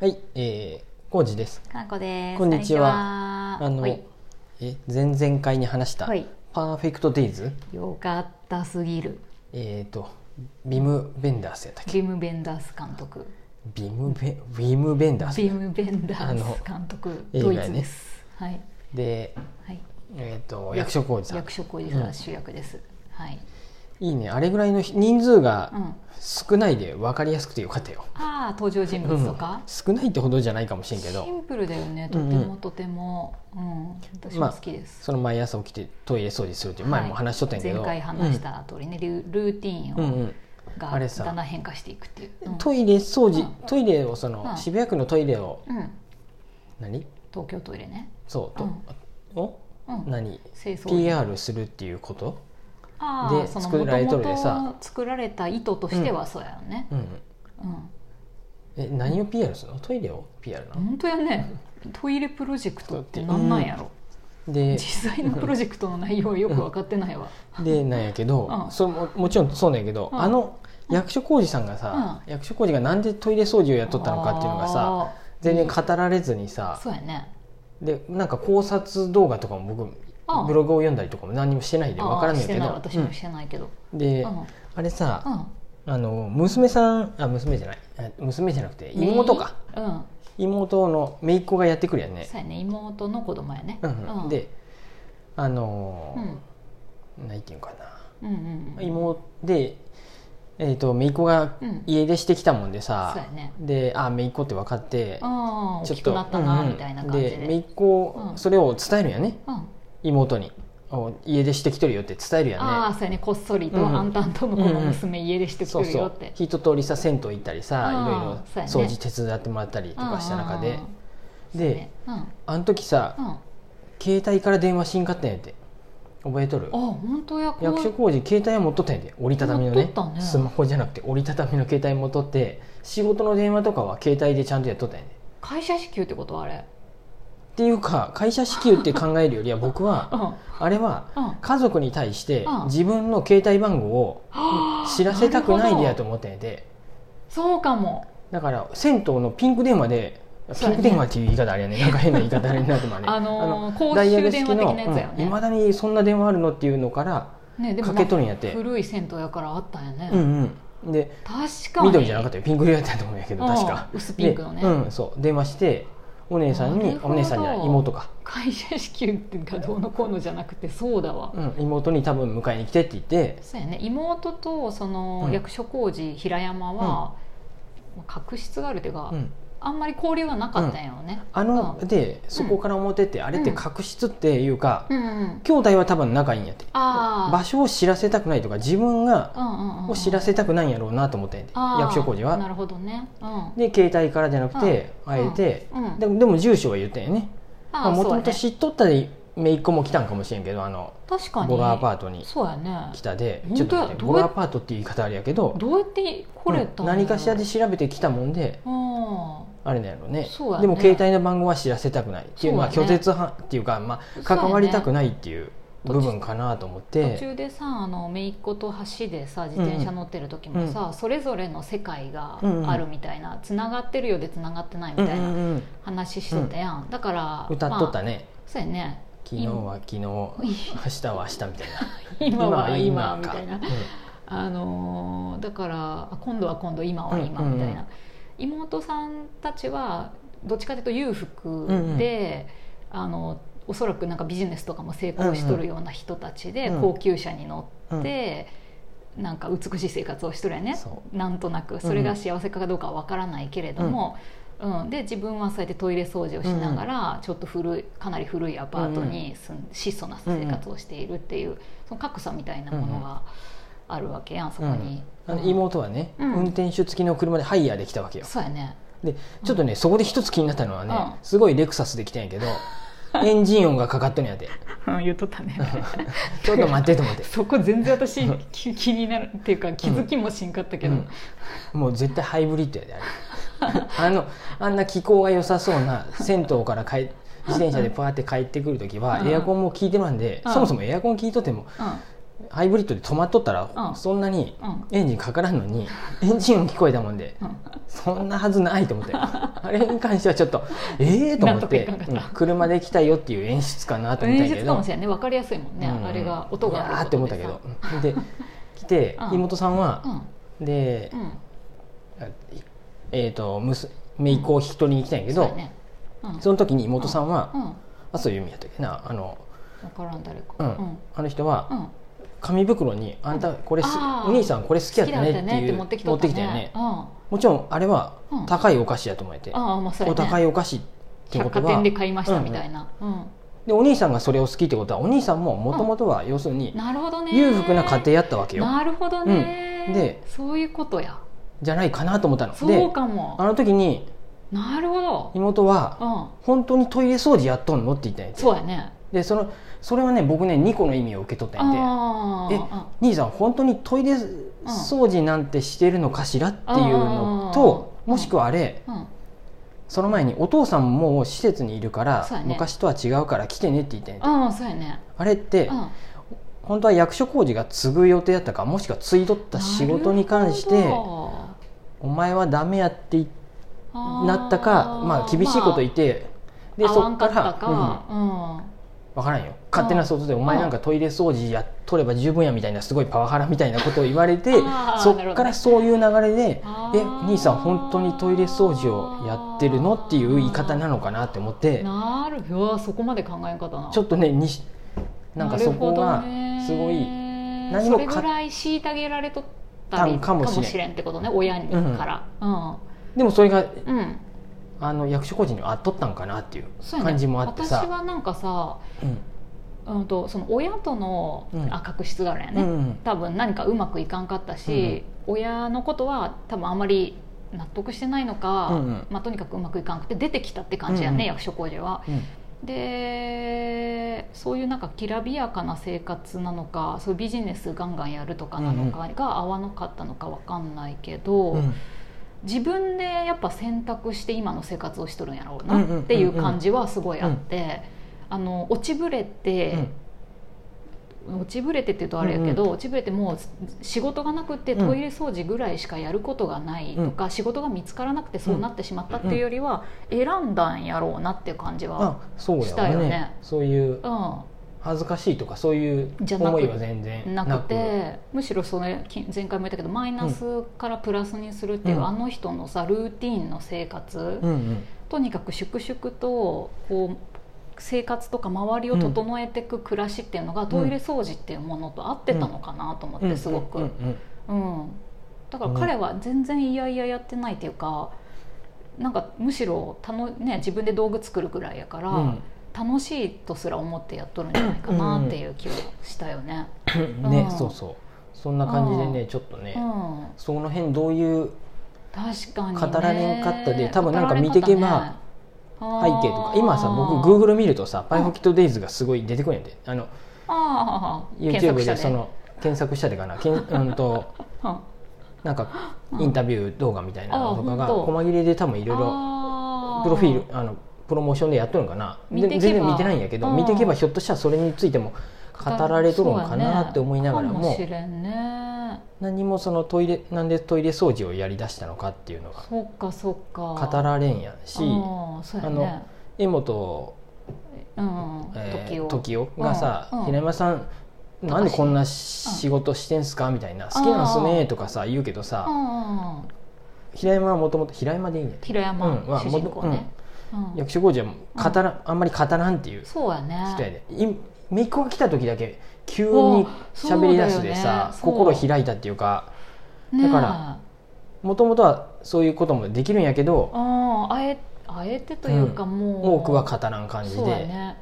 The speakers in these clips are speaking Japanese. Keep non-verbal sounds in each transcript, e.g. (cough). はい、えー、コウジです。かなこです。こんにちはあの、はい、え、前々回に話した、はいパーフェクトデイズ、よかったすぎる。えっ、と、ビム・ベンダースやったっけビムベンダース監督。ビムベ・ビムベンダービムベンダース監督。映ド画イやねツです。はい。スで、はい。えっ、と、役所広司さん役。所広司が主役です。はい。いいね、あれぐらいの人数がうん。少ないで分かりやすくてよかったよ。ああ、登場人うん物とか。少ないってほどじゃないかもしれんけシど、ンプルだよね。うとんうんてもとても。うん。私も好きです。その毎朝起きてトイレ掃除するっていう、はい前も話しとったんやけど、前回話した通りね、ルールーティうンん、うんをうんあがれさだんだん変化していくっていう。うんトイレ掃除、うんトイレをその、うん渋谷区のトイレをうん。何東京トイレね。そうと、をうん。何清掃員 PR するっていうこと、あでーその作もらとれともるでさと作られた意図としてはそうやよね、うん、うんえ何を PR するのトイレを PR なの、本当やねトイレプロジェクトってなんなんやろ、で実際のプロジェクトの内容はよく分かってないわ、でなんやけど、うんそれももちろんそうなんやけど、うんあの役所広司さんがさ、役所広司がなんでトイレ掃除をやっとったのかっていうのがさあー全然語られずにさ、そうやねでなんか考察動画とかも僕うんブログを読んだりとかも何にもしてないで分からんあーねしんてけないど、私もしてないけど、うんで、うんうんあれさあの娘さんあ娘じゃないえ娘じゃなくて妹か、うん妹の姪っ子がやってくるやんねそうやね妹の子供やね、うんうん、であのうん、ーなんていうのかなうんうんうん妹でえー、と姪っ子がうん家出してきたもんでそうさや、ねであ姪っ子って分かってああ大きくなったうなんうんみたいな感じで,、姪っ子、うんそれを伝えるんやねうん妹にお家出してきてるよって伝えるやああんねそうやねこっそりと、うんあんたんとのこの娘家出してくそうるそようって、一通りさ銭湯行ったりさあーいろいそうろ掃やね除手伝ってもらったりとかした中うんでうんうん、でうんうんあの時さあ携帯から電話しんかったんやって覚えとる本当やこう役所工事携帯は持っとったんやで折りたたみの持っねとったねスマホじゃなくて折りたたみの携帯持っとって仕事の電話とかは携帯でちゃんとやっとったんやで会社支給ってことあれっていうか会社支給って考えるよりは僕うんはうんあれはあ家族に対してうん自分の携帯番号をあ知らせたくないでやとるほど思ったんやでそうかもだから銭湯のピンク電話でそピンうやねク電話っていう言い方あれやねなんか変な言い方あれになってもあれあのー公衆ダイヤル式電の話的なやつやよねいまだにそんな電話あるのっていうのからねでもかまけあとるんやって古い銭湯やからあったんやね、うんうんで確かに緑じゃなかったたよピンク色やったと思うんやけど確か薄ピンクのね、でうんそう電話してお姉さんなにるほおど姉さんじゃない妹か、会社支給っていうかどうのこうのじゃなくてそうだわ、うん、妹に多分迎えに来てって言ってそうやね妹とその、うん役所広司平山は、まあ確執があるというか、うんあんまり交流はなかったんやろね、あのでそこから表ってあれって確執っていうかうんうん兄弟は多分仲いいんやってああ場所を知らせたくないとか自分がを知らせせたくないんやろうなと思ってんやて役所工事なはるほどね、うん、で携帯からじゃなくてうんあえてうんでもでも住所は言ったんやねああもとそもうやとね知っとったり姪っ子も来たんかもしれんけどあの確かにボロアパートにそうやね来たでちょ本っと待っ当やてどうやボロアパートっていう言い方あれやけどどうやって来れたうんんだろう何かしらで調べてきたもんでうんあれなんやろうねそうやねでも携帯の番号は知らせたくないっていうのはそう拒やね絶犯っていうか、まそうあ、やね関わりたくないっていう部分かなと思っ途て中でさあの姪っ子と橋でさ自転車乗ってる時もさ、それぞれの世界があるみたいなつながってるようでつながってないみたいうんなうんうん話しとったやん、だから歌っとったまあ、ね、そうやね昨日は昨日明日は明日みたいな (laughs) 今は今みかたいなうんあのーだからあ今度は今度今は今うんうんみたいな、妹さんたちはどっちかというと裕福で、あのおそらくなんかビジネスとかも成功しとるような人たちで、うんうん高級車に乗って、なんか美しい生活をしとるよねそなんとなくそれが幸せかどうかは分からないけれども、うんで自分はそうやってトイレ掃除をしながら、ちょっと古いかなり古いアパートに住ん質素な生活をしているっていう、その格差みたいなものがあるわけやんそこに、あのうん妹はね、うん運転手付きの車でハイヤーで来たわけよそうやねでちょっとね、そこで一つ気になったのはね、うんすごいレクサスで来たんやけ (laughs) どエンジン音がかかっとんやて (laughs) 言っとったね (laughs) ちょっと待ってと思って (laughs) そこ全然私気気になるっていうか気づきもしんかったけど、うんもう絶対ハイブリッドやであれ (laughs) あのあんな気候が良さそうな銭湯から帰自転車でパーって帰ってくる時はうんエアコンも効いてまんでうんそもそもエアコン効いとってもうハイブリッドで止まっとったうらんそんなにうんエンジンかからんのにエンジン音聞こえたもんでうんそんなはずないと (laughs) 思ってあれに関してはちょっとええと思って、納得いかなかったうん車で来たよっていう演出かなと思ったん演やけ出かどもしれないね分かりやすいもんね、うんあれが音があるいやーって思ったけどで来てうん妹さんは、でうん、うん、えっ、と娘姪っ子を引き取りに来たんやけそうど、やねうん、その時に妹さんは、うん、あそういう意味やったっけなあの、分からん誰か、うんうんあの人はうん、紙袋に「あんたこれすあーお兄さんこれ好きやったね」って好きだいう持ってきとったねたよねうん、あもちろんあれはうん高いお菓子やと思えて、あまあそうやおね高いお菓子ってこ百貨とは店で買いましたみたいな、うんでお兄さんがそれを好きってことはお兄さんももともとは要するになるほどね裕福な家庭やったわけよなるほどね、うんでそういうことやじゃないかなと思ったのそでうかあもの時になるほど、妹はうん、 「本当にトイレ掃除やっとんの?」って言ったんやてそうやねでそのそれはね僕ね2個の意味を受け取ったんやてあえあ兄さん本当にトイレ掃除なんてしてるのかしらっていうのとうんもしくはあれうんうんその前にお父さんももう施設にいるから、そうやね昔とは違うから来てねって言ったんやてうんそうやねあれってうん本当は役所工事が継ぐ予定やったかもしくは継いどった仕事に関してるほお前はダメやっていどなったかまあ厳しいこと言っって、ででそそっっかかららか、うん分からんよ勝手な想像でお前なんかトイレ掃除やっとれば十分やみたいなすごいパワハラみたいなことを言われてあーそなるっかほどねらそういう流れで「あえー兄さん本当にトイレ掃除をやってるの?」っていう言い方なのかなって思ってなるほどそこまで考え方なちょっとねにしなんかそこがすごい何何ももそかれぐらい虐げられとったりたんかもしれんれんってことね親にからうでもそれがん、うん、あの役所工事には合っとったんかなっていうそうやね感じもあって私さはなんかさ、うんうん、とその親との、うんあ確執があるんやうね、ん多分何かうまくいかんかったし、親のことは多分あまり納得してないのか、うんうんまあ、とにかくうまくいかんくて出てきたって感じやね、うんうん役所工事は。うんでそういうなんかきらびやかな生活なのかそういうビジネスガンガンやるとかなのかが合わなかったのかわかんないけど、うん自分でやっぱ選択して今の生活をしとるんやろううんうんうんなうんっていう感じはすごいあって、あの落ちぶれて。うん落ちぶれてっていうとあれやけど、うん落ちぶれてもう仕事がなくてうんトイレ掃除ぐらいしかやることがないとか、仕事が見つからなくてそうなってしまったっていうよりは、選んだんやろうなっていう感じは、あそうしたやよよねねそういうう恥ずかしいとかそういうじゃなく思いは全然ん、なくてむしろそれき前回も言ったけどマイナスからプラスにするっていう、うんあの人のさルーティンの生活、うんうんとにかく粛々とこう生活とか周りを整えていく暮らしっていうのが、トイレ掃除っていうものと合ってたのかなと思って、すごく。うんうんうん、だから彼は全然いやいややってないっていうか、なんかむしろたの、ね、自分で道具作るぐらいやから、うん楽しいとすら思ってやっとるんじゃないかなっていう気はしたよね。うんねうんそうそうそんな感じでねちょっとねうん、その辺どういう確かに、ね、語られんかったで多分なんか見てけば背背景とか今さ僕 Google 見るとさ「パイフォキットデイズがすごい出てくるんやであのあ YouTube ーで検索したそねの検索したでかな (laughs) けん、うん、とうんなんかインタビュー動画みたいなのとかあがほんと細切れで多分いろいろあプロフィールあのプロモーションでやっとるんかな見でてけば全然見てないんやけどうん見てけばひょっとしたらそれについても語られとるのかなって思いながらそうやね、かももしれんね何もそのトイレなんでトイレ掃除をやりだしたのかっていうのがそっかそっか語られんやしうんそうやね柄本、うんえ時をー、時男がさ、うんうん平山さんなんでこんな仕事してんすかみたいな「好きなんすね」とかさ言うけどうさんうん平山はもともと平山でいいんだよ平山、うんは主人公ね、うん役所工事は語らあんまり語らんっていうそうや人やねでい姪っ子が来た時だけ急おうに喋り出すでさ、そうだよね心そう開いたっていうかねえだからもともとはそういうこともできるんやけどうんあえあえてというか、もう多くは語らん感じでそうやね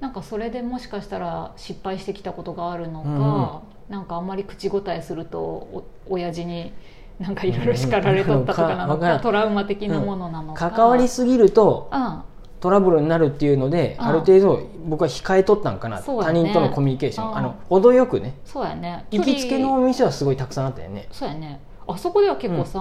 なんかそれでもしかしたら失敗してきたことがあるのか、なんかあんまり口答えするとお親父になんかいろいろ叱られとったとかなのうんわかか、るトラウマ的なものなのか、関わりすぎるとうんトラブルになるっていうので、うんある程度僕は控えとったんかな、そうや他ね人とのコミュニケーション、うんあの程よくねそうやね行きつけのお店はすごいたくさんあったよねそうやねあそこでは結構さ、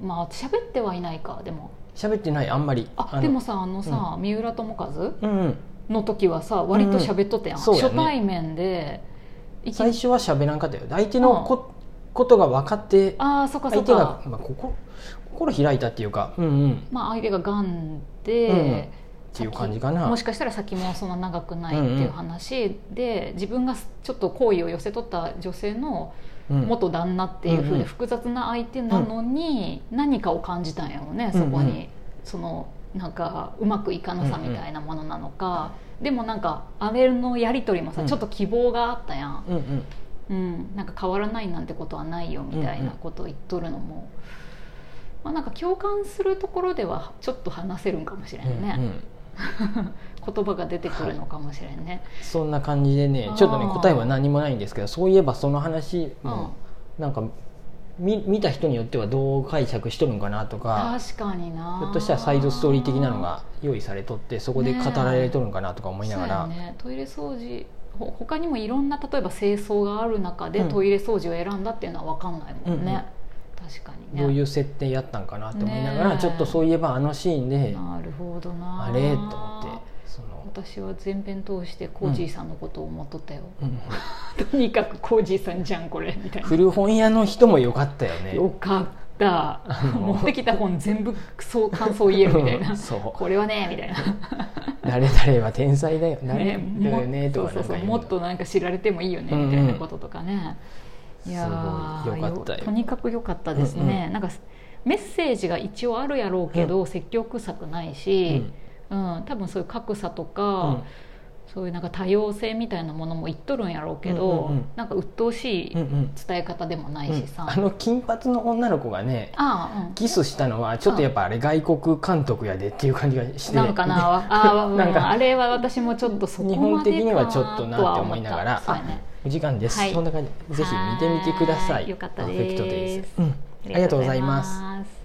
まあ喋ってはいないかでも喋ってないあんまりあのでもさあのさ、三浦友和うんうんの時はさ割と喋っとったやん、うんそうやね初対面でいき最初は喋らんかったよ相手のこ,、ことが分かってああそっかそ相っ手がか、まあ、心心開いたっていうかうんうんっまあ、相手ががんうんで、ていう感じかなもしかしたら先もそんな長くないっていう話で、自分がちょっと好意を寄せ取った女性のうん元旦那っていううふうんうんで複雑な相手なのに何かを感じたんやろうねそこうんうにそのなんかうまくいかなさみたいなものなのかでもなんかあれのやり取りもうさんちょっと希望があったやん、うんうんうん、なんか変わらないなんてことはないよみたいなことを言っとるのも、まあ、なんか共感するところではちょっと話せるんかもしれんね、うんうん言葉が出てくるのかもしれんね。そんな感じでねちょっとねあー答えは何もないんですけどそういえばその話もなんか見見た人によってはどう解釈しとるんかなとか確かになひょっとしたらサイドストーリー的なのが用意されとってそこで語られとるんかなとか思いながら、そうやね、トイレ掃除ほ他にもいろんな例えば清掃がある中でうんトイレ掃除を選んだっていうのは分かんないもんね、うんうん確かにねどういう設定やったんかなと思いながら、ねえちょっとそういえばあのシーンでなるほどなあれと思ってその、私は前編通してコージーさんのことを思っとったよ、うん、 (laughs) とにかくコージーさんじゃんこれみたいな古本屋の人も良かったよねよかったの持ってきた本全部そう感想言えるみたいうな (laughs) んそうこれはねみたいな誰々は天才だよ誰々だもよねとかそうなんそうかそう言うもっとなんか知られてもいいよねうんうんみたいなこととかね、いやーすごいよかったよとにかく良かったですね、うんなんかメッセージが一応あるやろうけど、説教臭くないし、うん多分そういう格差とうんうんか、そういうなんか多様性みたいなものも言っとるんやろうけど、うんうんうんなんか鬱陶しいうんうん伝え方でもないしさ、あの金髪の女の子がねああ、キスしたのはちょっとやっぱあれ外国監督やでっていう感じがしてうん、なのかなわあー、う (laughs) んなんかあれは私もちょっとそこまでか日本的にはちょっとなって思いながらとは思ったそうやねお時間です、はいそんな感じぜひ見てみてくださはいいよかったパでーすフェクトデイズ、うん、ありがとうございますありがとうございます